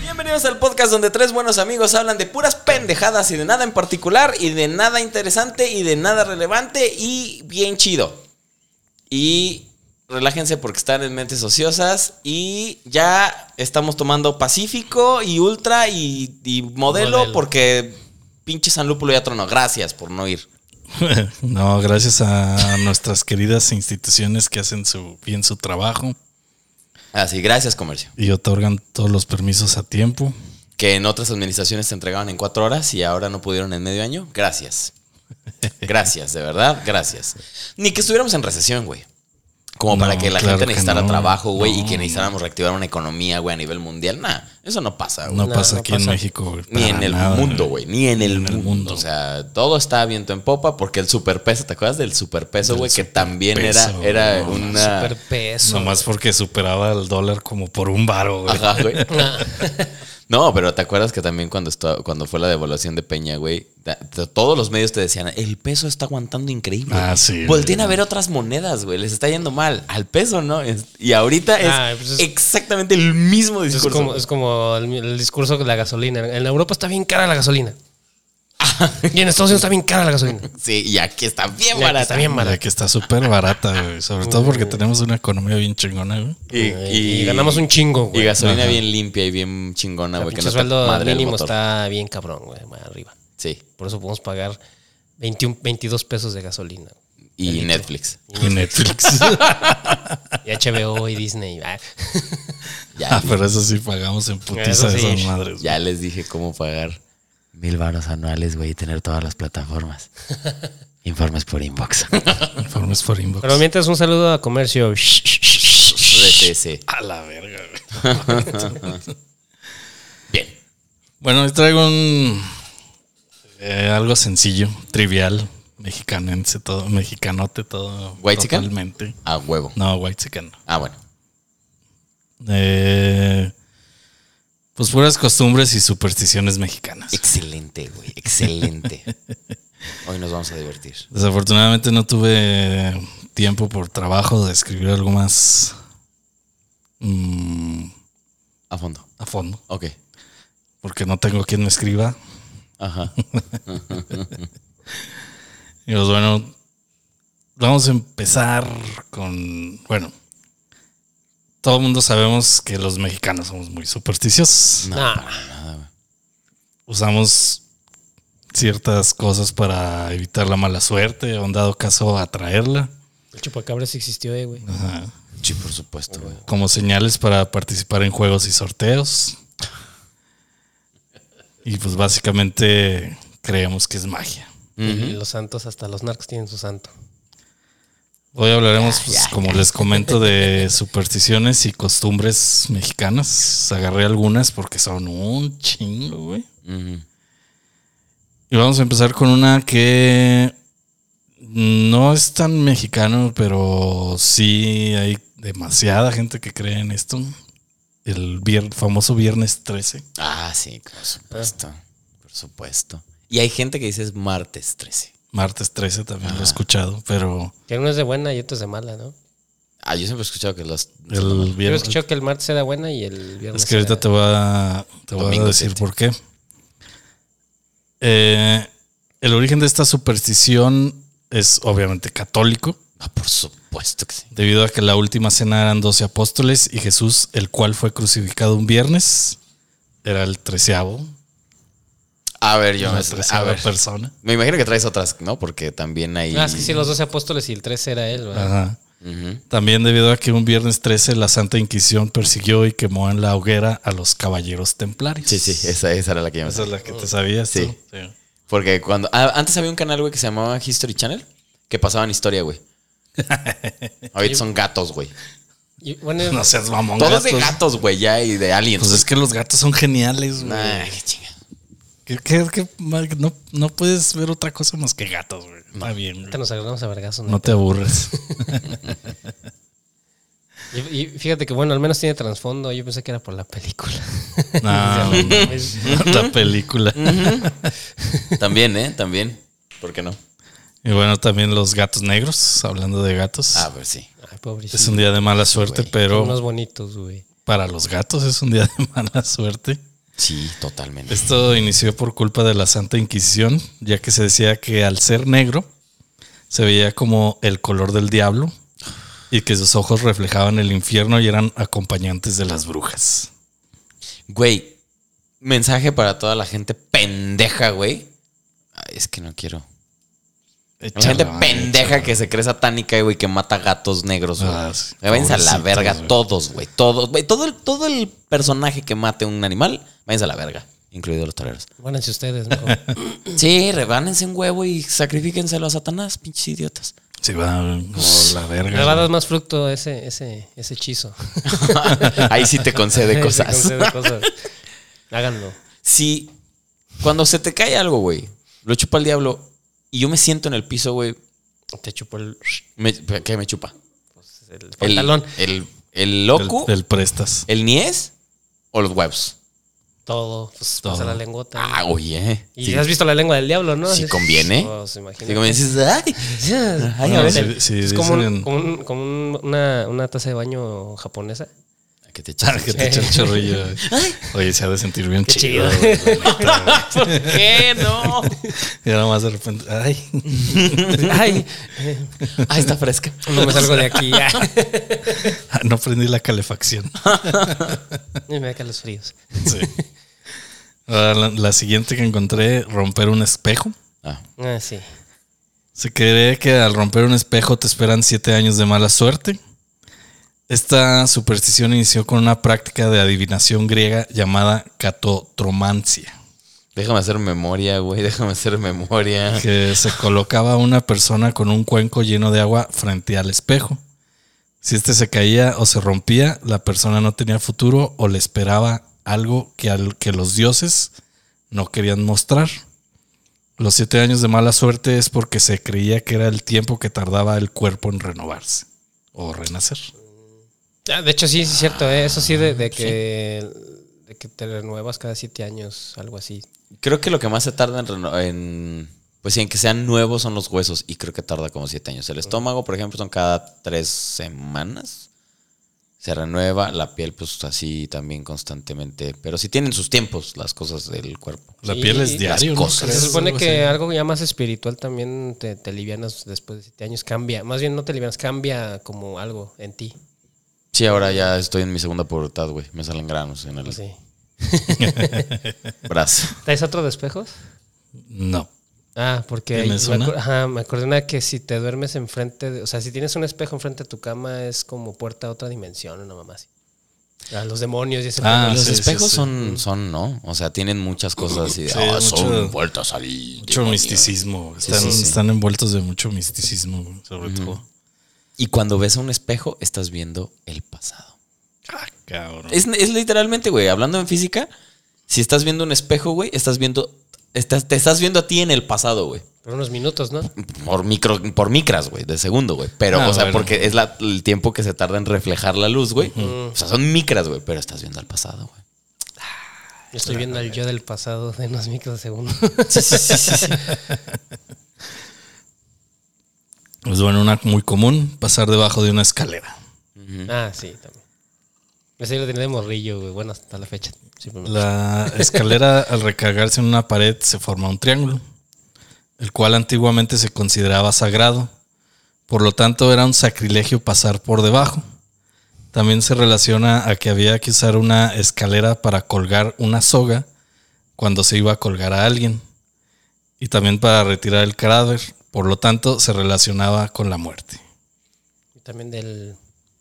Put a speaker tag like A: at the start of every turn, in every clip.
A: Bienvenidos al podcast donde tres buenos amigos hablan de puras pendejadas y de nada en particular y de nada interesante y de nada relevante y bien chido. Y relájense porque están en mentes ociosas y ya estamos tomando Pacífico y Ultra y, y modelo,
B: Modelo.
A: porque pinche San Lúpulo ya trono. Gracias por no ir.
B: No, gracias a nuestras queridas instituciones que hacen su, bien su trabajo
A: Así, gracias comercio.
B: y otorgan todos los permisos a tiempo.
A: Que en otras administraciones te entregaban en cuatro horas y ahora no pudieron en medio año. Gracias. Gracias, de verdad, gracias. Ni que estuviéramos en recesión, güey. Como
B: No,
A: para que la
B: claro
A: gente
B: que
A: necesitara
B: no.
A: trabajo, güey, y
B: No,
A: que
B: no.
A: necesitáramos reactivar una economía, güey, a nivel mundial. Nah, eso no pasa, güey.
B: No,
C: No,
B: pasa
C: no
B: aquí en
C: pasa.
B: México. güey,
A: Ni en
B: para
A: el
B: nada.
A: mundo, güey. Ni en el,
B: Ni en el
A: mundo.
B: mundo.
A: O sea, todo está viento en popa porque el superpeso, ¿te acuerdas del superpeso,
B: Del
A: güey? Que también
B: superpeso,
A: era, era
B: güey.
A: una.
C: Superpeso.
B: Nomás porque superaba el dólar como por un varo, güey.
A: Ajá, güey.
C: Ah,
A: No, pero ¿te acuerdas que también cuando, estu- cuando fue la devaluación de Peña, güey? ta- t- Todos los medios te decían, el peso está aguantando increíble.
B: Ah, sí,
A: Volteen
B: güey.
A: a ver otras monedas, güey. Les está yendo mal. Al peso, ¿no? Es- Y ahorita es,
C: Ah, pues es-
A: exactamente el mismo
C: Es
A: discurso.
C: como,
A: güey.
C: es como el, el discurso de la gasolina. En Europa está bien cara la gasolina.
A: Ah.
C: Y en Estados Unidos está bien cara la gasolina.
A: Sí, y aquí está bien Uh.
C: Y aquí
A: barata.
C: está bien barata.
B: La que está súper barata, güey. Sobre todo porque tenemos una economía bien chingona, güey.
A: Y, y-
C: Eh, Y ganamos un chingo,
A: Y
C: güey.
A: gasolina
B: Ajá.
A: bien limpia y bien chingona,
C: El
A: güey. Que
C: pinche
A: no te
C: sueldo
A: madre el
C: mínimo
A: motor.
C: está bien cabrón, güey, más arriba.
A: Sí.
C: Por eso podemos pagar 21, 22 pesos de gasolina.
A: Y Netflix.
B: Y Netflix.
C: Y HBO y Disney. ah.
A: Ya,
B: ah, pero eso sí pagamos en putiza
C: Eso sí.
B: esas madres.
A: ya les dije cómo pagar mil varos anuales, güey, y tener todas las plataformas. Informes por inbox.
B: güey. Informes por inbox.
C: Pero mientras un saludo a comercio.
A: RTC.
B: a la verga, güey.
A: Bien.
B: Bueno, hoy traigo un eh, algo sencillo, trivial, mexicanense todo, mexicanote todo.
A: ¿White chicken?
B: totalmente.
A: A huevo.
B: No, white chicken. no.
A: Ah, bueno.
B: Eh, pues puras costumbres y supersticiones mexicanas.
A: Excelente, güey. Excelente. Hoy nos vamos a divertir.
B: Desafortunadamente no tuve tiempo por trabajo de escribir algo más mm,
A: A fondo.
B: a fondo,
A: Ok.
B: porque no tengo quien me escriba.
A: Ajá.
B: Y pues bueno, vamos a empezar con, bueno, todo el mundo sabemos que los mexicanos somos muy supersticiosos.
C: Nah,
B: Usamos ciertas cosas para evitar la mala suerte o en dado caso atraerla,
C: el chupacabras existió, eh, güey.
B: Ajá.
A: Sí, por supuesto, güey.
B: como señales para participar en juegos y sorteos. Y pues básicamente creemos que es magia.
C: Y Los santos, hasta los narcos tienen su santo.
B: Hoy hablaremos, pues, como les comento, de supersticiones y costumbres mexicanas. Agarré algunas porque son un chingo, güey.
A: Ujú.
B: Y vamos a empezar con una que no es tan mexicano, pero sí hay demasiada gente que cree en esto. El vier- famoso viernes 13.
A: Ah, sí, por supuesto. Por supuesto. Y hay gente que dice es martes 13.
B: Martes 13 también
C: Ah.
B: lo he escuchado, pero
C: Que uno es de buena y otro es de mala, ¿no?
A: Ah, yo siempre he escuchado que los.
B: el
C: Yo he
B: viernes...
C: escuchado que el martes era buena y el viernes.
B: Es que ahorita
C: era-
B: te voy a, te voy a
A: Domingo
B: decir
A: siete.
B: por qué. Eh, el origen de esta superstición es obviamente católico,
A: Ah, por supuesto que sí.
B: debido a que la última cena eran 12 apóstoles y Jesús, el cual fue crucificado un viernes, era el treceavo,
A: A ver, yo
B: la
A: me. A
B: treceava
A: ver.
B: persona.
A: Me imagino que traes otras, ¿no? Porque también hay.
C: Ah, es que sí, los 12 apóstoles y el 13 era él, ¿verdad?
B: Ajá.
A: Ujú.
B: También debido a que un viernes 13 la Santa Inquisición persiguió y quemó en la hoguera a los caballeros templarios.
A: Sí, sí, esa, esa era la que yo me
B: Esa es la que te sabías.
A: Sí.
B: tú. sí.
A: Porque cuando. ah, antes había un canal, güey, que se llamaba History Channel, que pasaban historia, güey. Ahorita son gatos, güey.
C: Y, bueno,
B: No seas mamón.
A: Todo es de
B: gatos.
A: gatos, güey, ya y de aliens.
B: Pues es que los gatos son geniales, güey.
A: Ay, qué chinga.
B: ¿Qué- qué- qué mal- no, no puedes ver otra cosa más que gatos, güey. Está bien, güey.
C: ahorita nos agarramos a vergazos. ¿no?
B: No te aburres.
C: Y, y fíjate que, bueno, al menos tiene trasfondo. Yo pensé que era por la película.
B: No, no, no. La película.
A: También, ¿eh? También. ¿Por qué no?
B: Y bueno, también los gatos negros, hablando de gatos.
A: Ah, pues sí.
C: Ay, pobrecito.
B: es un día de mala suerte,
C: Son
B: pero
C: unos bonitos, güey.
B: para los gatos es un día de mala suerte.
A: Sí, totalmente.
B: Esto inició por culpa de la Santa Inquisición, ya que se decía que al ser negro se veía como el color del diablo y que sus ojos reflejaban el infierno y eran acompañantes de las brujas.
A: Güey, mensaje para toda la gente pendeja, güey. Ay, es que no quiero. La gente
B: Échala,
A: pendeja
B: échala.
A: que se cree satánica, güey, que mata gatos negros, güey.
B: Ah, sí,
A: váyanse a la
B: pobrecitos,
A: verga,
B: güey.
A: todos, güey. Todos, güey. Todo el, todo el personaje que mate un animal, váyanse a la verga, incluidos los toreros.
C: Bueno, si ustedes, mejor.
A: Sí, rebánense un huevo y sacrifíquenselo a Satanás, pinches idiotas.
B: Sí, va por la verga.
C: Le va a dar más fructo ese, ese, ese hechizo.
A: Ahí sí te concede
C: Sí,
A: cosas.
C: concede cosas. Háganlo.
A: Si cuando se te cae algo, güey, lo chupa el diablo y yo me siento en el piso, güey,
C: Te chupó el,
A: me- ¿qué me chupa?
C: el
A: El,
C: pantalón.
A: el, el
B: El-
A: loco, el,
B: el prestas.
A: niés o los huevos.
C: Todo. Pues
B: Todo.
C: pasa la lengüota.
A: Ah, oye.
C: y
A: sí.
C: has visto la lengua del diablo, ¿no?
A: Sí
C: Así-
A: conviene.
C: Oh, se imagina.
A: Digo, me dices, ay, ay,
B: No,
A: a ver.
B: sí.
C: El- es como,
B: dicen
C: un-
B: en-
C: como un- como un- una, una taza de baño japonesa.
A: ¿A qué te
B: Ah,
A: echaste?
B: que te echa el chorrillo. güey. Oye, se ha de sentir bien
C: Qué
B: chido.
C: chido.
B: güey, la neta, güey.
A: ¿Por qué no?
B: y ahora más de repente, ay,
C: Ay,
A: Ah, está fresca.
C: no me salgo de aquí. ya.
B: no prendí la calefacción.
C: Y me acá los fríos.
B: Sí. Ahora, La, la siguiente que encontré, romper un espejo.
A: Ah,
C: Ah, sí.
B: Se cree que al romper un espejo te esperan siete años de mala suerte. Esta superstición inició con una práctica de adivinación griega llamada catotromancia,
A: déjame hacer memoria, güey. Déjame hacer memoria.
B: que se colocaba una persona con un cuenco lleno de agua frente al espejo. Si este se caía o se rompía, la persona no tenía futuro o le esperaba algo que, al- que los dioses no querían mostrar. Los siete años de mala suerte es porque se creía que era el tiempo que tardaba el cuerpo en renovarse o renacer.
C: Ah, de hecho, sí, sí es cierto. eh. Eso sí, de, de que, de que te renuevas cada siete años, algo así.
A: Creo que lo que más se tarda en, reno- en- pues sí, en que sean nuevos son los huesos y creo que tarda como siete años. El estómago, por ejemplo, son cada tres semanas. Se renueva la piel, pues así también constantemente. Pero sí tienen sus tiempos las cosas del cuerpo.
B: La
C: Sí,
B: piel
C: y
B: es diario.
A: las
B: ¿no?
A: cosas.
C: Se
B: Creo,
C: supone
B: algo así.
C: que algo ya más espiritual también te, te livianas después de siete años. Cambia. Más bien no te livianas, cambia como algo en ti.
A: Sí, ahora ya estoy en mi segunda pubertad, güey. Me salen granos en el
C: Sí.
A: brazo.
C: ¿Traes otro de espejos?
B: No.
C: Ah, porque ahí-
B: ¿Tienes
C: me,
B: una?
C: acu- ajá, me acordé una que si te duermes enfrente, de- o sea, si tienes un espejo enfrente de tu cama es como puerta a otra dimensión, una mamá así. A los demonios y ese
B: Ah,
C: pedo.
A: Los
B: sí,
A: espejos
B: sí.
A: Son, son, ¿no? O sea, tienen muchas cosas así. de,
B: Sí,
A: "Ah, son
B: mucho-
A: vueltas al
B: Mucho
A: demonio".
B: misticismo.
A: Sí,
B: Están,
A: sí, sí.
B: están envueltos de mucho misticismo, güey, sobre todo.
A: Y cuando ves a un espejo, estás viendo el pasado.
B: Ah, cabrón.
A: Es, es literalmente, güey, hablando en física, si estás viendo un espejo, güey, estás viendo. Estás, te estás viendo a ti en el pasado, güey.
C: Por unos minutos, ¿no?
A: Por, micro, por micras, güey, de segundo, güey. Pero,
B: Ah,
A: o sea,
B: bueno.
A: porque es la- el tiempo que se tarda en reflejar la luz, güey.
C: Mm,
A: O sea, son micras, güey, pero estás viendo al pasado, güey.
C: Yo estoy viendo al yo del pasado de unos microsegundos.
A: Sí, sí, sí, sí, sí.
B: Pues bueno, una muy común, pasar debajo de una escalera.
C: ah, sí, también. Ese lo tenía de morrillo, güey. Bueno, hasta la fecha. siempre
B: pues,
C: me-
B: La escalera al recargarse en una pared se forma un triángulo, el cual antiguamente se consideraba sagrado. Por lo tanto, era un sacrilegio pasar por debajo. También se relaciona a que había que usar una escalera para colgar una soga cuando se iba a colgar a alguien. Y también para retirar el cadáver. Por lo tanto, se relacionaba con la muerte.
C: Y también del,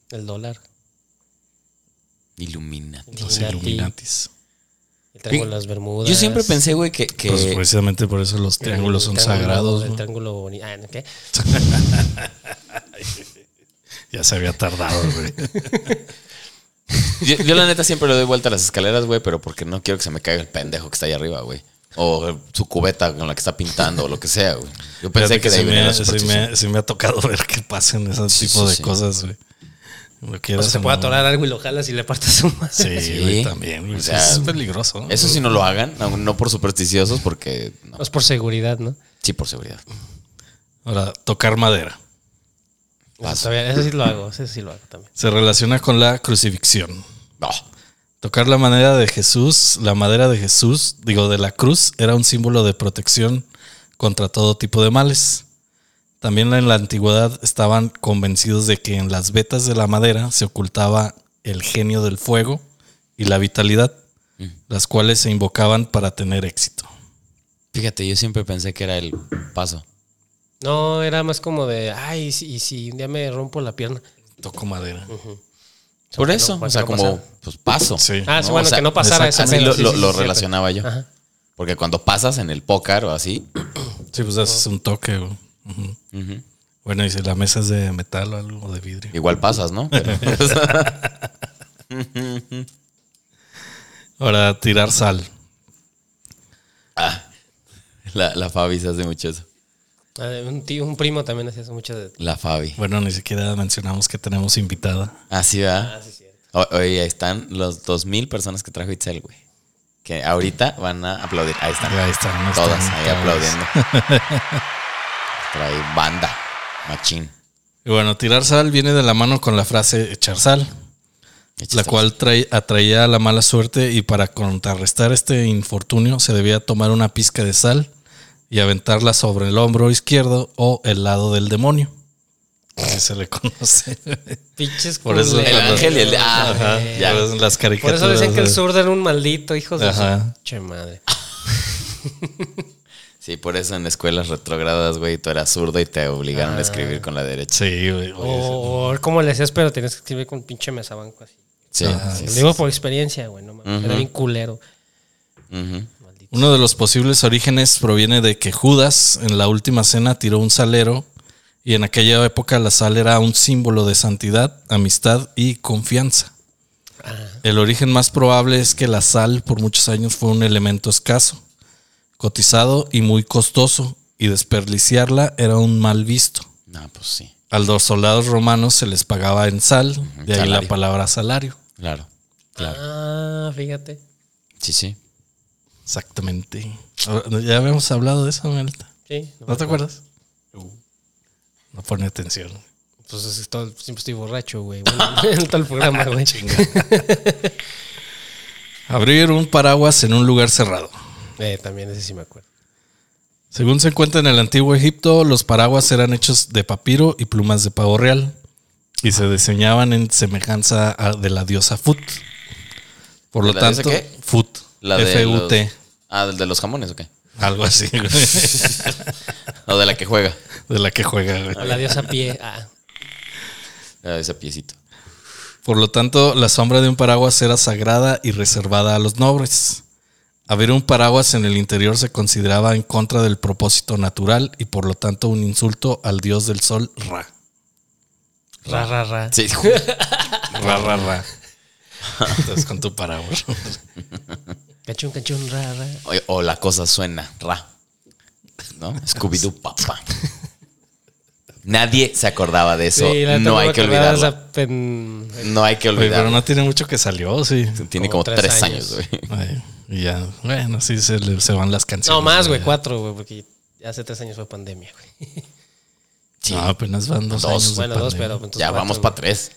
C: del dólar.
A: Illuminati.
B: Los
C: Illuminati,
B: Illuminatis.
C: El triángulo de las Bermudas.
A: Yo siempre pensé, güey, que. que-
B: Pues precisamente por eso los
C: el
B: triángulos son
C: triángulo-
B: sagrados.
C: El
B: ¿no?
C: triángulo bonito. Ah, ¿no? ¿qué?
B: Ya se había tardado, güey.
A: Yo, yo la neta siempre le doy vuelta a las escaleras, güey, pero porque no quiero que se me caiga el pendejo que está ahí arriba, güey. O su cubeta con la que está pintando o lo que sea, güey. Yo pensé
B: Fíjate
A: que, de
B: sí
A: ahí venía
B: me,
A: la
B: sí
A: superstición.
B: me- sí me ha tocado ver que pasen ese
A: Sí,
B: tipo
A: sí,
B: de
A: sí.
B: cosas, güey. Lo
C: O
B: quieras
C: sea, se
B: o
C: puede
B: no.
C: atorar algo y lo jalas y le partes su madre.
B: Sí,
A: Sí.
B: güey, también. güey.
A: O sea,
B: es peligroso. ¿no?
A: Eso sí no lo hagan, no, no por supersticiosos, porque no,
C: Es por seguridad, ¿no?
A: sí por seguridad.
B: Ahora, tocar madera.
C: Eso, todavía- eso sí lo hago, eso sí lo hago también.
B: Se relaciona con la crucifixión.
A: No.
B: Tocar la madera de Jesús, la madera de Jesús, digo, de la cruz, era un símbolo de protección contra todo tipo de males. También en la antigüedad estaban convencidos de que en las vetas de la madera se ocultaba el genio del fuego y la vitalidad, las cuales se invocaban para tener éxito.
A: Fíjate, yo siempre pensé que era el paso.
C: No, era más como de, ay, y si, y si un día me rompo la pierna.
B: Toco madera.
A: Por
C: que no-
A: eso,
C: para
A: o
C: que
A: sea,
C: no
A: como
C: pasara.
A: pues paso.
B: Sí.
C: Ah, sí, bueno,
A: o sea,
C: que no pasara esa
A: Así
C: pena,
A: lo,
C: sí,
A: lo-
C: sí,
A: lo
C: sí,
A: relacionaba yo.
C: Ajá.
A: Porque cuando pasas en el póker o así,
B: Sí, pues haces un toque. güey. Ujú.
A: ujú,
B: Bueno, y si la mesa es de metal o algo, o de vidrio.
A: igual pasas, ¿no? Pero-
B: Ahora, tirar sal.
A: Ah, la, la Fabi se hace mucho eso.
C: Ah, Un, tío, un primo también hacía eso mucho de...
A: La Fabi.
B: Bueno, ni siquiera mencionamos que tenemos invitada.
A: Así va.
C: Ah, sí, cierto.
A: O- Oye, ahí están los 2000 personas que trajo Itzel, güey. Que ahorita van a aplaudir. Ahí están.
B: Ahí está. no está,
A: Todas
B: no
A: ahí
B: está.
A: aplaudiendo. Trae banda. Machín.
B: Y bueno, tirar sal viene de la mano con la frase echar sal, la cual trae- atraía la mala suerte y para contrarrestar este infortunio se debía tomar una pizca de sal y aventarla sobre el hombro izquierdo o el lado del demonio. Así se le conoce.
C: Pinches
B: Por eso-
A: El
C: culeros,
A: ángel y el.
C: güey.
A: Ah,
B: Ajá,
A: ya.
B: por eso en las
C: Por
B: caricaturas.
C: eso decían que el
B: de-
C: zurdo era un maldito, hijos de
B: Ajá.
C: su che madre.
A: Ah, Sí, por eso en escuelas retrogradas, güey, tú eras zurdo y te
C: Ah.
A: obligaron a escribir con la derecha.
B: Sí, güey. oye,
C: O, o como le decías, pero tenías que escribir con pinche mesabanco así.
A: Sí, Ah, sí,
C: Lo
A: sí.
C: digo por experiencia, güey, no mames. Era bien culero.
A: Ujú.
B: Uno de los posibles orígenes proviene de que Judas en la última cena tiró un salero y en aquella época la sal era un símbolo de santidad, amistad y confianza.
C: Ah,
B: El origen más probable es que la sal por muchos años fue un elemento escaso, cotizado y muy costoso, y desperdiciarla era un mal visto.
A: No, pues sí.
B: A los soldados romanos se les pagaba en sal, de ahí la
A: salario.
B: palabra salario.
A: Claro. Claro.
C: Ah, fíjate. Ah.
A: Sí, sí.
B: Exactamente. Ahora, Ya habíamos hablado de eso, Melita.
C: Sí, no
B: ¿No te acuerdas? No pone atención.
C: mames. pues es que todo- siempre estoy borracho, güey. Bueno, en todo el programa, güey.
B: Abrir un paraguas en un lugar cerrado.
C: Eh, también ese sí me acuerdo.
B: Según se cuenta en el antiguo Egipto, los paraguas eran hechos de papiro y plumas de pavo real y se diseñaban en semejanza a- de la diosa Fut. Por
A: ¿De
B: lo
A: la diosa
B: tanto,
A: qué?
B: Fut,
A: La de
B: F-U-T,
A: los- Ah, del de los jamones, ¿o qué?
B: algo así, güey,
A: O de la que juega.
B: de la que juega. güey.
C: A la diosa pie. Ah,
A: Ah, Ese piecito.
B: Por lo tanto, la sombra de un paraguas era sagrada y reservada a los nobles. Abrir un paraguas en el interior se consideraba en contra del propósito natural y por lo tanto un insulto al dios del sol Ra.
C: ra, ra, ra.
A: Sí.
B: Ra, Ra, Ra. Entonces con tu paraguas.
C: Cachón, cachón, ra, ra.
A: O, o la cosa suena, ra. ¿No? Scooby-Doo, papá. Nadie se acordaba de eso.
C: Sí, la neta
A: no hay
C: me
A: que
C: acordaba de
A: olvidarlo.
C: esa pen-
A: No hay que
B: Oye, pero
A: olvidarlo.
B: no tiene mucho que salió, sí.
A: Tiene como,
C: Como
A: tres,
C: tres
A: años,
C: años.
A: güey.
B: Ay, y ya, bueno, sí se, le- se van las canciones.
C: No, más, güey, cuatro, güey, porque hace tres años fue pandemia, güey.
A: Sí.
B: No, apenas van dos,
A: Dos.
B: años Pues de
C: Bueno, dos,
B: pandemia.
C: pero entonces
A: ya
C: cuatro,
A: vamos
C: güey.
A: para tres.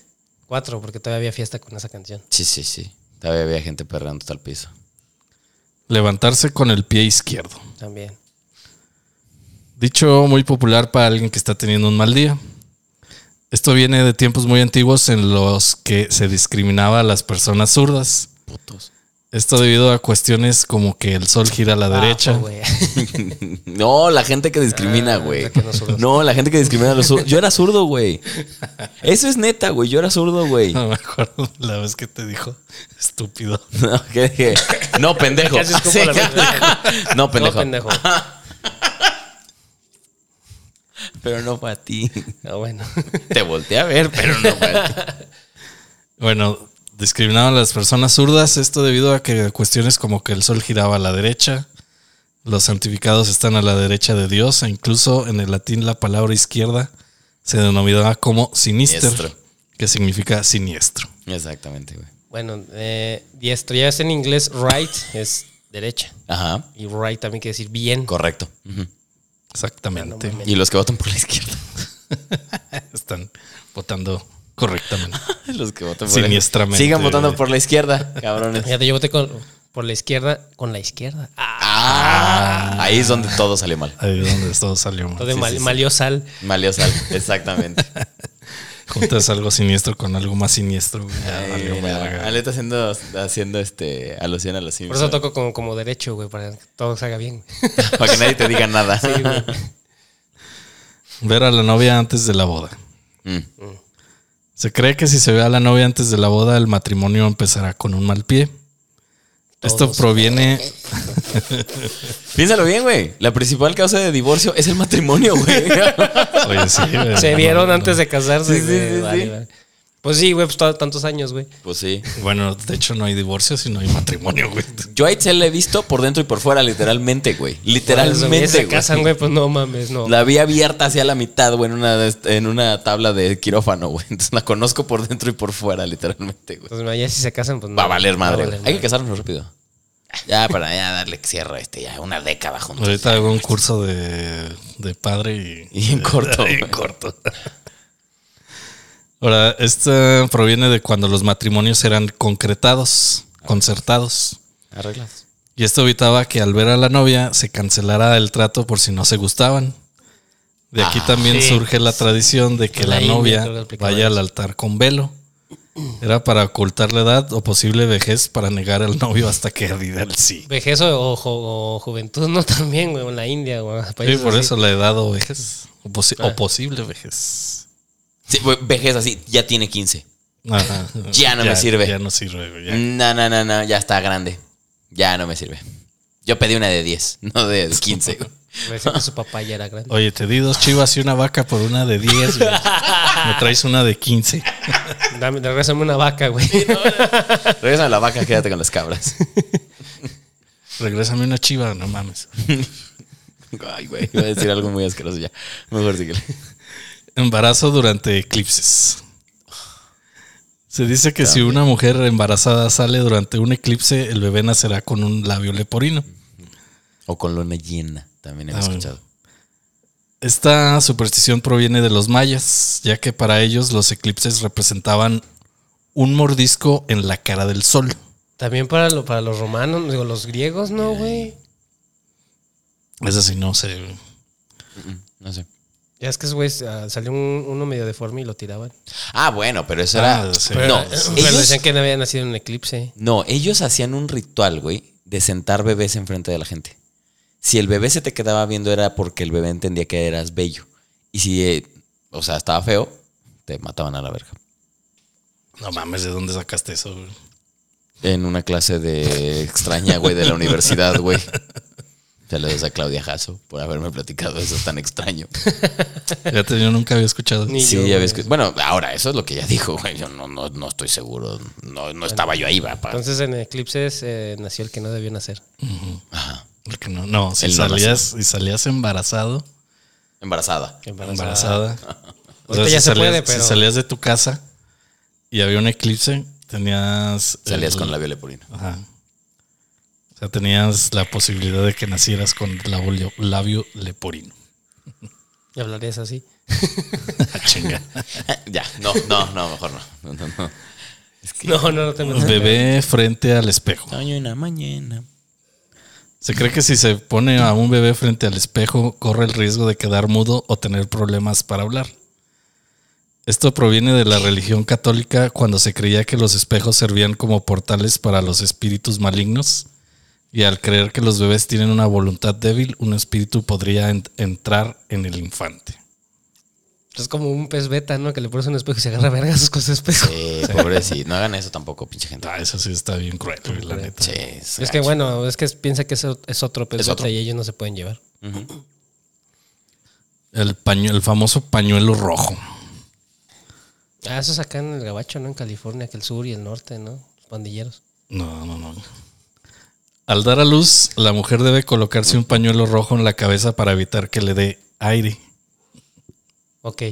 C: Cuatro, porque todavía había fiesta con esa canción.
A: Sí, sí, sí. Todavía había gente perreando hasta el piso.
B: Levantarse con el pie izquierdo.
C: También.
B: Dicho muy popular para alguien que está teniendo un mal día. Esto viene de tiempos muy antiguos en los que se discriminaba a las personas zurdas.
A: Putos.
B: Esto debido a cuestiones como que el sol gira a la derecha.
C: Ah, güey.
A: No, la gente que discrimina,
C: Ah,
A: güey.
C: la que no es zurdo.
A: No, la gente que discrimina a los zurdos. Yo era zurdo, güey. Eso es neta, güey. Yo era zurdo, güey.
B: No me acuerdo la vez que te dijo estúpido.
A: No, ¿qué dije? No, pendejo.
C: Casi escupo la verdad.
A: No, pendejo.
C: No, pendejo.
A: Pero no para ti.
C: Ah, bueno.
A: Te volteé a ver, pero no para ti.
B: Bueno, discriminaban a las personas zurdas. Esto debido a que cuestiones como que el sol giraba a la derecha. Los santificados están a la derecha de Dios. E incluso en el latín la palabra izquierda se denominaba como sinister,
A: Siniestro.
B: que significa siniestro.
A: Exactamente, güey.
C: Bueno, eh, diestro. Ya es en inglés right, es derecha.
A: Ajá,
C: Y right también quiere decir bien.
A: correcto. Ujú.
B: Exactamente.
A: Y los que votan por la izquierda.
B: Están votando Correctamente.
A: Los que votan por
B: Siniestramente,
A: La, sigan votando
B: güey.
A: por la izquierda, cabrones.
C: Fíjate, yo voté con- por la izquierda, con la izquierda. Ah,
A: Ah, ahí es donde todo salió mal.
B: Ahí es donde todo salió mal.
C: entonces
A: sí,
C: mal-
A: sí, sí.
C: malió sal.
A: Malió sal, exactamente.
B: Juntas algo siniestro con algo más siniestro. güey, ya
A: Ay,
B: valió
A: mira,
B: verga.
A: Aleta haciendo, haciendo este, alusión a los
C: Por
A: Simpsons.
C: eso toco como, como derecho, güey, para que todo salga bien.
A: Para que nadie te diga nada.
B: Ver a la novia antes de la boda.
A: Mm.
B: Se cree que si se ve a la novia antes de la boda, el matrimonio empezará con un mal pie. Esto
C: Todos.
B: proviene.
A: Piénsalo bien, güey. La principal causa de divorcio es el matrimonio, güey.
B: Oye, sí, güey,
C: Se
B: no,
C: vieron
B: no.
C: antes de
A: Sí,
C: casarse.
A: sí,
C: güey.
A: sí,
C: Vale,
A: sí.
C: vale. Pues sí, güey, pues to- tantos años, güey.
A: pues sí.
B: Bueno, de hecho, no hay divorcio, sino hay matrimonio, güey.
A: Yo a Itzel la he visto por dentro y por fuera, literalmente, güey.
C: Cuando
A: Literalmente,
C: se
A: güey.
C: casan, güey, pues no mames, no.
A: La vi abierta hacia la mitad, güey, en una, en una tabla de quirófano, güey. Entonces la conozco por dentro y por fuera, literalmente, güey.
C: Entonces, no, ya si se casan, pues no.
A: Va a valer
C: va a
A: madre.
C: valer
A: güey. Hay que casarnos rápido. Ya, para ya darle cierre a este, ya una década juntos.
B: Ahorita hago un curso de, de padre y.
A: Y en corto.
B: y
A: güey.
B: corto. Ahora, esto proviene de cuando los matrimonios eran concretados, concertados.
A: Arreglas.
B: Y esto evitaba que al ver a la novia se cancelara el trato por si no se gustaban. De aquí también
C: sí.
B: surge la tradición de que
C: En
B: la,
C: la India
B: novia
C: creo que aplicaban
B: vaya al altar con velo. Era para ocultar la edad o posible vejez para negar al novio hasta que diga el sí.
C: Vejez o, o ju- o juventud, no también, güey, en la India, güey.
B: Sí,
C: países
B: por
C: así.
B: eso la edad o vejez. O, posi- o posible vejez.
A: Sí, güey, vejez así, ya tiene 15.
B: Ajá.
A: Ya no me sirve.
B: Ya no sirve. güey, ya.
A: No, no, no, no, ya está grande. Ya no me sirve. Yo pedí una de 10, no de 15. güey.
C: Me decía que su papá ya era grande.
B: Oye, te di dos chivas y una vaca por una de 10. güey. Me traes una de 15.
C: Dame, regresame una vaca, güey.
A: Regresa a la vaca, quédate con las cabras.
B: Regrésame una chiva, no mames.
A: Ay, güey, iba a decir algo muy asqueroso ya. Mejor síguele.
B: Embarazo durante eclipses. Se dice que si una mujer embarazada sale durante un eclipse, el bebé nacerá con un labio leporino.
A: O con luna llena, también he
B: Ah, bueno.
A: escuchado.
B: Esta superstición proviene de los mayas, ya que para ellos los eclipses representaban un mordisco en la cara del sol.
C: También para, lo, para los romanos, digo, los griegos, no, güey.
B: Eso sí, no sé.
A: Mm, No sé.
C: Ya es que, güey, ah, salió un- uno medio deforme y lo tiraban.
A: Ah, bueno, pero eso era.
B: Ah, sí.
A: Pero- no,
C: Pero
A: ellos,
C: decían que no había nacido en un eclipse.
A: no, ellos hacían un ritual, güey, de sentar bebés enfrente de la gente. Si el bebé se te quedaba viendo, era porque el bebé entendía que eras bello. Y si, eh, o sea, estaba feo, te mataban a la verga.
B: No mames, ¿de dónde sacaste eso? güey?
A: En una clase de extraña, güey, de la universidad, güey. Saludos a Claudia Jasso por haberme platicado eso tan extraño.
B: Fíjate, yo nunca había escuchado.
C: Ni- Y
A: Sí,
C: yo,
A: ya ves
C: güey.
A: que- Bueno, ahora, eso es lo que ella dijo, güey. Yo no, no, no estoy seguro. No, no estaba yo ahí, va. pa-
C: Entonces en eclipses eh, nació el que no debió nacer.
A: Ajá.
B: Porque no, no, si
A: El no
B: salías, si salías embarazado,
A: Embarazada.
B: embarazada. O
C: Ahorita ya se
B: salías,
C: puede, pero-
B: si salías de tu casa y había un eclipse, tenías.
A: Salías
B: el-
A: con la leporina.
B: Ajá. O sea, tenías la posibilidad de que nacieras con labio, labio leporino.
C: Y hablarías así.
B: Ah, Chinga.
A: ya, no, no, no, mejor no. No, no, no.
C: No, no, no te metas.
B: Bebé frente al espejo.
A: Soy una mañana.
B: Se cree que si se pone a un bebé frente al espejo, corre el riesgo de quedar mudo o tener problemas para hablar. Esto proviene de la religión católica cuando se creía que los espejos servían como portales para los espíritus malignos y al creer que los bebés tienen una voluntad débil, un espíritu podría en- entrar en el infante.
C: Es como un pez beta, ¿no? Que le pones un espejo y se agarra vergas con su espejo.
A: Sí, Eh, pobre, sí. No hagan eso tampoco, pinche gente.
B: Ah, eso sí está bien cruel, güey, la neta.
A: Sí, es
C: es que
A: gacho.
C: bueno, es que piensa que eso es otro pez
A: Es
C: beta
A: otro.
C: y ellos no se pueden llevar.
B: El, pañu- el famoso pañuelo rojo.
C: Ah, eso es acá en el Gabacho, ¿no? En California, que el sur y el norte, ¿no? Los pandilleros.
B: No, no, no. Al dar a luz, la mujer debe colocarse un pañuelo rojo en la cabeza para evitar que le dé aire.
C: Ok.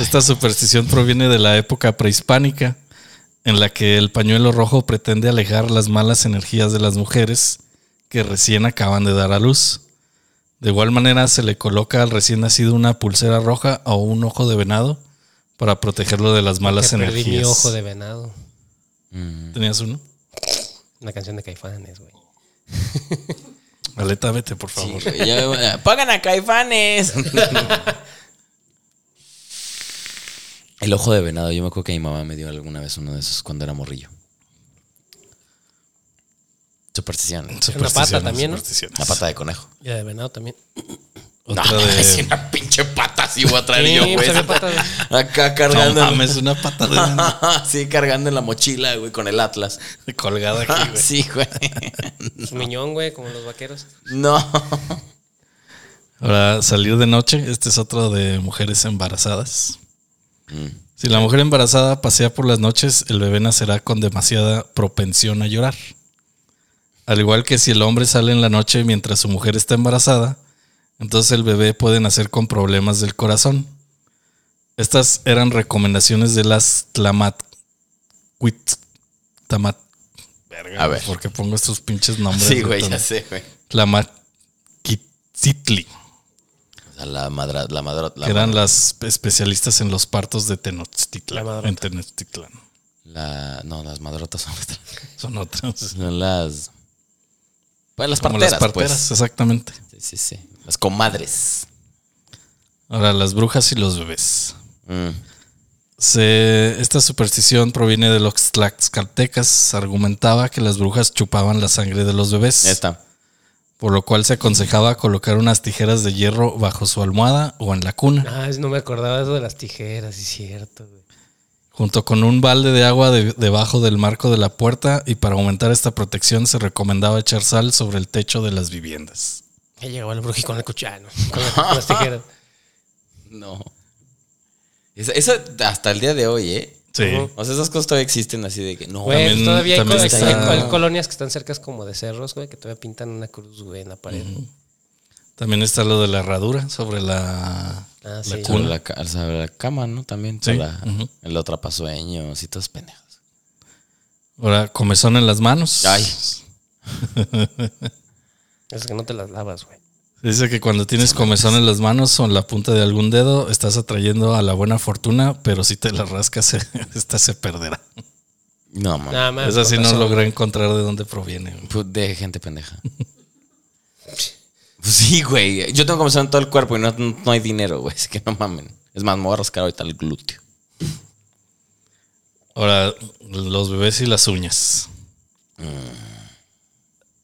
B: Esta superstición proviene de la época prehispánica, en la que el pañuelo rojo pretende alejar las malas energías de las mujeres que recién acaban de dar a luz. De igual manera, se le coloca al recién nacido una pulsera roja o un ojo de venado Para protegerlo de las malas
C: Que perdí mi
B: energías.
C: ojo de venado.
A: mm.
B: ¿Tenías uno?
C: Una canción de Caifanes, güey.
B: Aleta, vete, por favor.
A: Sí, güey, ya- Pagan a caifanes. El ojo de venado, yo me acuerdo que mi mamá me dio alguna vez uno de esos cuando era morrillo. Superstición. ¿no?
B: Supersticiones,
C: también, ¿no?
B: supersticiones.
A: La pata de conejo.
C: Y la de venado también.
A: No,
B: Otra de-
A: es una pinche pata así voy a traer
C: Sí,
A: yo,
C: pues,
A: güey.
C: había pata de-
A: Acá
B: No
A: cargando.
B: mames, una pata de venado
A: sí, cargando en la mochila, güey, con el Atlas. Ah,
B: colgada aquí, güey.
A: sí, güey.
C: Su miñón, güey, como los vaqueros.
A: No.
B: Ahora, salir de noche. Este es otro de mujeres embarazadas. Si la mujer embarazada pasea por las noches, el bebé nacerá con demasiada propensión a llorar. Al igual que si el hombre sale en la noche mientras su mujer está embarazada, entonces el bebé puede nacer con problemas del corazón. Estas eran recomendaciones de las Tlamat. Cuit. Tamat.
A: A ver.
B: ¿Por qué pongo estos pinches nombres?
A: Sí, güey, ya
B: Tan-
A: sé, güey.
B: Tlamatquitzitli,
A: O sea, la madra, la madrota, la,
B: que eran las especialistas en los partos de
C: La
B: Tenochtitlan.
C: madrota.
B: En Tenochtitlan.
A: la- no, las madrotas son otras.
B: Son otras.
A: Son las. Pues las
B: Como
A: parteras,
B: las parteras,
A: pues.
B: exactamente.
A: Sí, sí, sí. Las comadres.
B: Ahora, las brujas y los bebés.
A: Mm.
B: Se- esta superstición proviene de los tlaxcaltecas. Argumentaba que las brujas chupaban la sangre de los bebés,
A: Ya está.
B: por lo cual se aconsejaba colocar unas tijeras de hierro bajo su almohada o en la cuna,
C: Ah, es- no me acordaba eso de las tijeras, sí, cierto, güey.
B: junto con un balde de agua de- debajo del marco de la puerta. Y para aumentar esta protección, se recomendaba echar sal sobre el techo de las viviendas.
C: Ya llegó el bruji con el cuchillo, ah, con, la- con las tijeras.
A: No. Esa, esa hasta el día de hoy, ¿eh?
B: Sí.
A: O sea, esas cosas todavía existen así de que no.
C: Güey,
B: También-
C: pues todavía hay,
B: también
C: col-
B: está-
C: hay col- colonias que están cerca como de cerros, güey, que todavía pintan una cruz, güey, en la pared.
B: También está lo de la herradura sobre la,
C: Ah,
B: la
C: sí.
A: Sobre
B: cuna.
A: la, ca- o sea, la cama, ¿no? También.
B: Sí,
A: Para
B: ujú.
A: El atrapasueños y todas pendejas.
B: Ahora, comezón en las manos.
A: Ay.
C: Esas que no te las lavas, güey.
B: Dice que cuando tienes comezón en las manos o en la punta de algún dedo, estás atrayendo a la buena fortuna, pero si te la rascas, esta se perderá.
A: No, mames.
C: Nada más.
B: Esa Ah, sí no
C: razón.
B: logré encontrar de dónde proviene.
A: Pu- De gente pendeja. Pues sí, güey. Yo tengo comezón en todo el cuerpo y no, no hay dinero, güey. Así que no mamen. Es más, me voy a rascar ahorita el glúteo.
B: Ahora, los bebés y las uñas.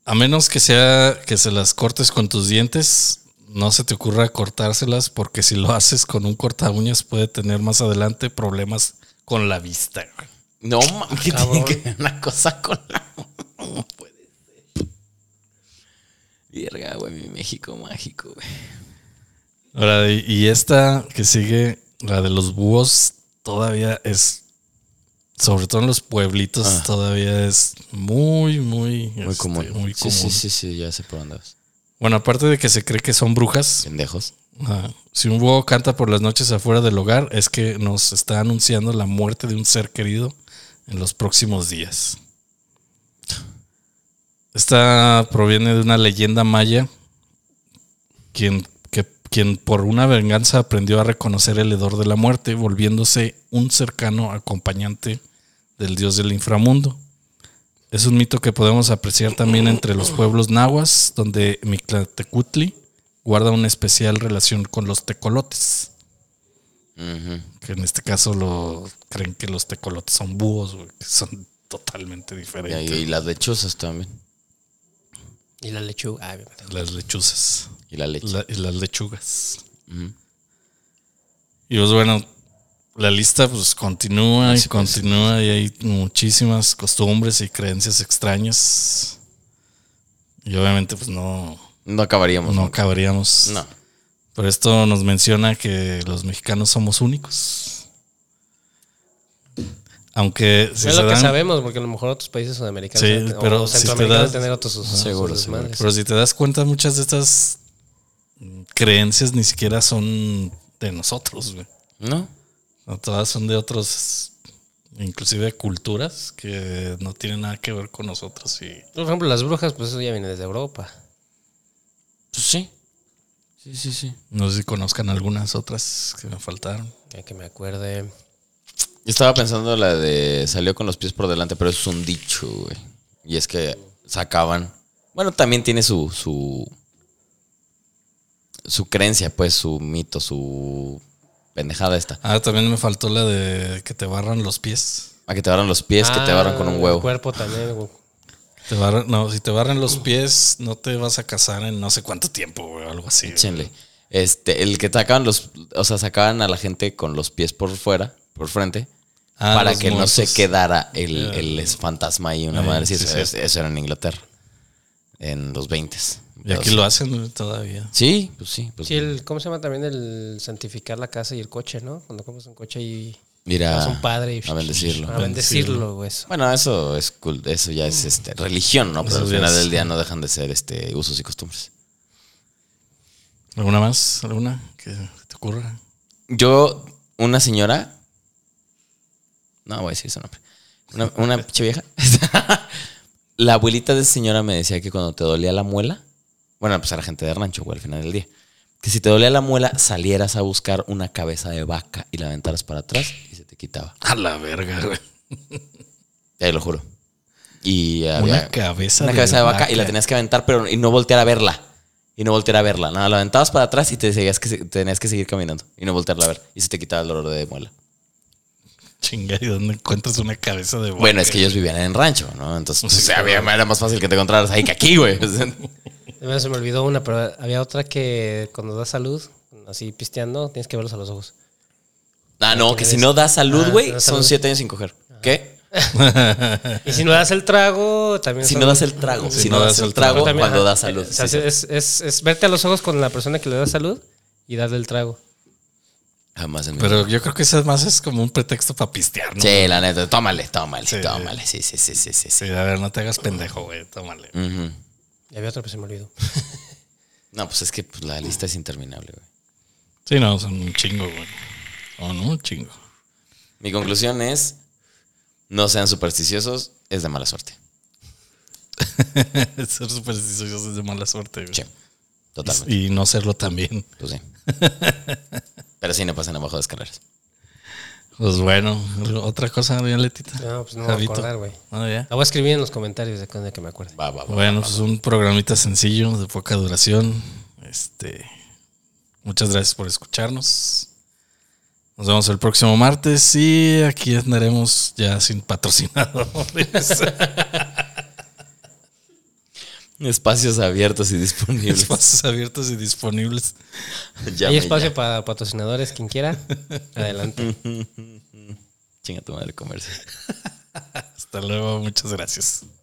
B: A menos que sea que se las cortes con tus dientes, no se te ocurra cortárselas porque si lo haces con un corta uñas puede tener más adelante problemas con la vista. güey.
A: No mames, que tiene
C: Cabrón.
A: que ver una cosa con la No puede ser. Verga, güey, mi México mágico, güey.
B: Ahora, y- y esta que sigue, la de los búhos, todavía es, sobre todo en los pueblitos, todavía es muy, muy,
A: Ah. Muy
B: este,
A: común.
B: muy
A: Sí, sí,
B: común.
A: sí, sí, ya sé por dónde vas.
B: Bueno, aparte de que se cree que son brujas,
A: Pendejos.
B: Ajá. Ah, Si un búho canta por las noches afuera del hogar, es que nos está anunciando la muerte de un ser querido en los próximos días. Esta proviene de una leyenda maya, quien, que- quien por una venganza aprendió a reconocer el hedor de la muerte, volviéndose un cercano acompañante del dios del inframundo. Es un mito que podemos apreciar también entre los pueblos nahuas, donde Mictlatecutli guarda una especial relación con los tecolotes.
A: Ujú.
B: Que en este caso lo creen que los tecolotes son búhos, güey, que son totalmente
A: y,
B: diferentes.
A: y las lechuzas también.
C: Y la lechuga. Ay, me maté.
B: Las lechuzas
A: Y la leche.
B: la- y las lechugas.
A: Ujú.
B: Y pues bueno, la lista pues continúa y
A: Sí, pues.
B: continúa y hay muchísimas costumbres y creencias extrañas. Y obviamente pues no,
A: No acabaríamos.
B: no
A: No.
B: cabríamos.
A: no.
B: Pero esto nos menciona que los mexicanos somos únicos. Aunque si
C: es
B: se
C: lo que
B: dan-
C: sabemos, porque a lo mejor otros países sudamericanos
B: Sí,
C: deben-
B: pero
C: o
B: si te
C: centroamericanos
B: das-
C: tener otros sus,
A: Seguro,
C: sus
A: seguro.
C: desmadres.
B: pero si te das cuenta, muchas de estas mm, creencias ni siquiera son de nosotros, güey.
A: No.
B: No, todas son de otros, inclusive culturas que no tienen nada que ver con nosotros. Y
C: Por ejemplo, las brujas, pues eso ya viene desde Europa.
A: Pues sí.
D: Sí, sí, sí.
B: No sé si conozcan algunas otras que me faltaron.
C: Ya que me acuerde.
A: Yo estaba pensando la de salió con los pies por delante, pero eso es un dicho, güey. Y es que sacaban. Bueno, también tiene su. su. su creencia, pues, su mito, su pendejada esta.
B: Ah, también me faltó la de que te barran los pies.
A: A que te barran los pies, que te barran con
C: Ah,
A: un
C: el
A: huevo.
C: cuerpo también. güey.
B: Te barran- no, si te barran los pies, no te vas a casar en no sé cuánto tiempo, güey, o algo así.
A: Échenle. Este, el que sacaban los. O sea, sacaban a la gente con los pies por fuera, por frente.
B: Ah,
A: para
B: los
A: que
B: muertos.
A: no se quedara el, el fantasma ahí, una
B: Ah,
A: madre. así.
B: sí,
A: eso,
B: cierto.
A: eso era en Inglaterra. En los 20
B: Y aquí lo hacen güey, todavía.
A: Sí, pues sí. Pues
C: Sí, el, ¿cómo se llama también el santificar la casa y el coche, no? Cuando compras un coche y
A: mira,
C: vas a un padre y
A: Ah, a bendecirlo.
C: A bendecirlo, güey. Eso.
A: Bueno, eso es cul- eso ya es este religión, ¿no? Pero
B: Eso
A: al
B: ya
A: final
B: es-
A: del día no dejan de ser este usos y costumbres.
B: ¿Alguna más? ¿Alguna que te ocurra?
A: Yo, una señora. No voy a decir su nombre. Una, una pinche vieja. la abuelita de esa señora me decía que cuando te dolía la muela. Bueno, pues era gente de rancho, güey, al final del día. Que si te dolía la muela, salieras a buscar una cabeza de vaca y la aventaras para atrás y se te quitaba.
B: A la verga, güey.
A: Te lo juro. Y
B: Una
A: había-
B: cabeza
A: una
B: de
A: cabeza de vaca,
B: vaca.
A: y la tenías que aventar, pero y no voltear a verla. Y no voltear a verla. Nada, la aventabas para atrás y te seguías que se- tenías que seguir caminando. Y no voltearla a ver. Y se te quitaba el dolor de muela.
B: Chinga, ¿y dónde encuentras una cabeza de vaca?
A: Bueno, es que ellos vivían en rancho, ¿no? Entonces, pues,
B: Sí,
A: o sea,
B: claro.
A: había- era más fácil que te encontraras ahí que aquí, güey.
C: Bueno, se me olvidó una, pero había otra que cuando da salud, así pisteando, tienes que verlos a los ojos.
A: ah, no, que si no das salud,
C: Ah,
A: güey,
C: si
A: son
C: no das salud.
A: siete años sin coger. ¿Qué?
C: Y si no das el trago, también.
A: Si
C: son-
A: no das el trago, si no das el trago,
C: Pero también,
A: cuando
C: ajá,
A: das salud.
C: o sea,
A: sí, sí.
C: es, es- es verte a los ojos con la persona que le da salud y darle el trago.
A: Jamás en mi vida.
B: Pero yo creo que eso más es como un pretexto para pistear, ¿no?
A: Sí, la neta, tómale, tómale,
B: Sí.
A: tómale. Sí, sí, sí, sí, sí. sí.
B: Sí, a ver, no te hagas pendejo, güey. Tómale.
A: Ujú.
C: Y había otra, pero se me olvidó.
A: No, pues es que pues, la lista es interminable, güey.
B: Sí, no, son un chingo, güey. O no, un chingo.
A: Mi conclusión es, no sean supersticiosos, es de mala suerte.
B: Ser supersticioso es de mala suerte, güey.
A: Sí, totalmente.
B: Y no serlo también.
A: Pues sí. Pero sí, no pasen abajo de escaleras.
B: Pues bueno, otra cosa, doña Letita.
C: No, pues no me voy a
B: Javito.
C: acordar, güey.
B: Ah, ya.
C: La voy a escribir en los comentarios de cuando que me acuerde.
A: Va, va, va.
B: Bueno, pues un programita sencillo, de poca duración. Este, muchas gracias por escucharnos. Nos vemos el próximo martes y aquí andaremos ya sin patrocinadores.
A: Espacios abiertos y disponibles.
B: espacios abiertos y disponibles.
A: Ya
C: Hay
A: me-
C: espacio
A: ya.
C: para patrocinadores, quien quiera. Adelante.
A: Chinga tu madre comercio.
B: Hasta luego, muchas gracias.